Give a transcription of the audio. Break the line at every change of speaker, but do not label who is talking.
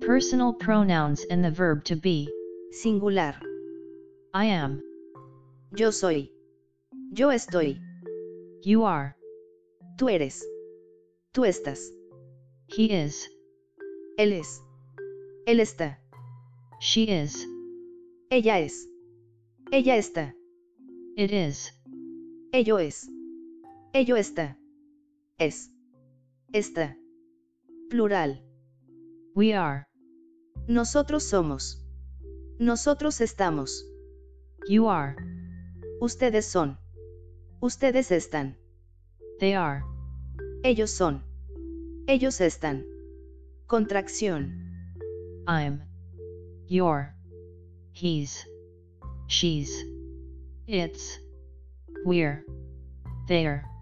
Personal pronouns and the verb to be.
Singular.
I am.
Yo soy. Yo estoy.
You are.
Tú eres. Tú estás.
He is.
Él es. Él está.
She is.
Ella es. Ella está.
It is.
Ello es. Ello está. Es. Está. Plural.
We are.
Nosotros somos. Nosotros estamos.
You are.
Ustedes son. Ustedes están.
They are.
Ellos son. Ellos están. Contracción.
I'm. Your. He's. She's. It's. We're. They're.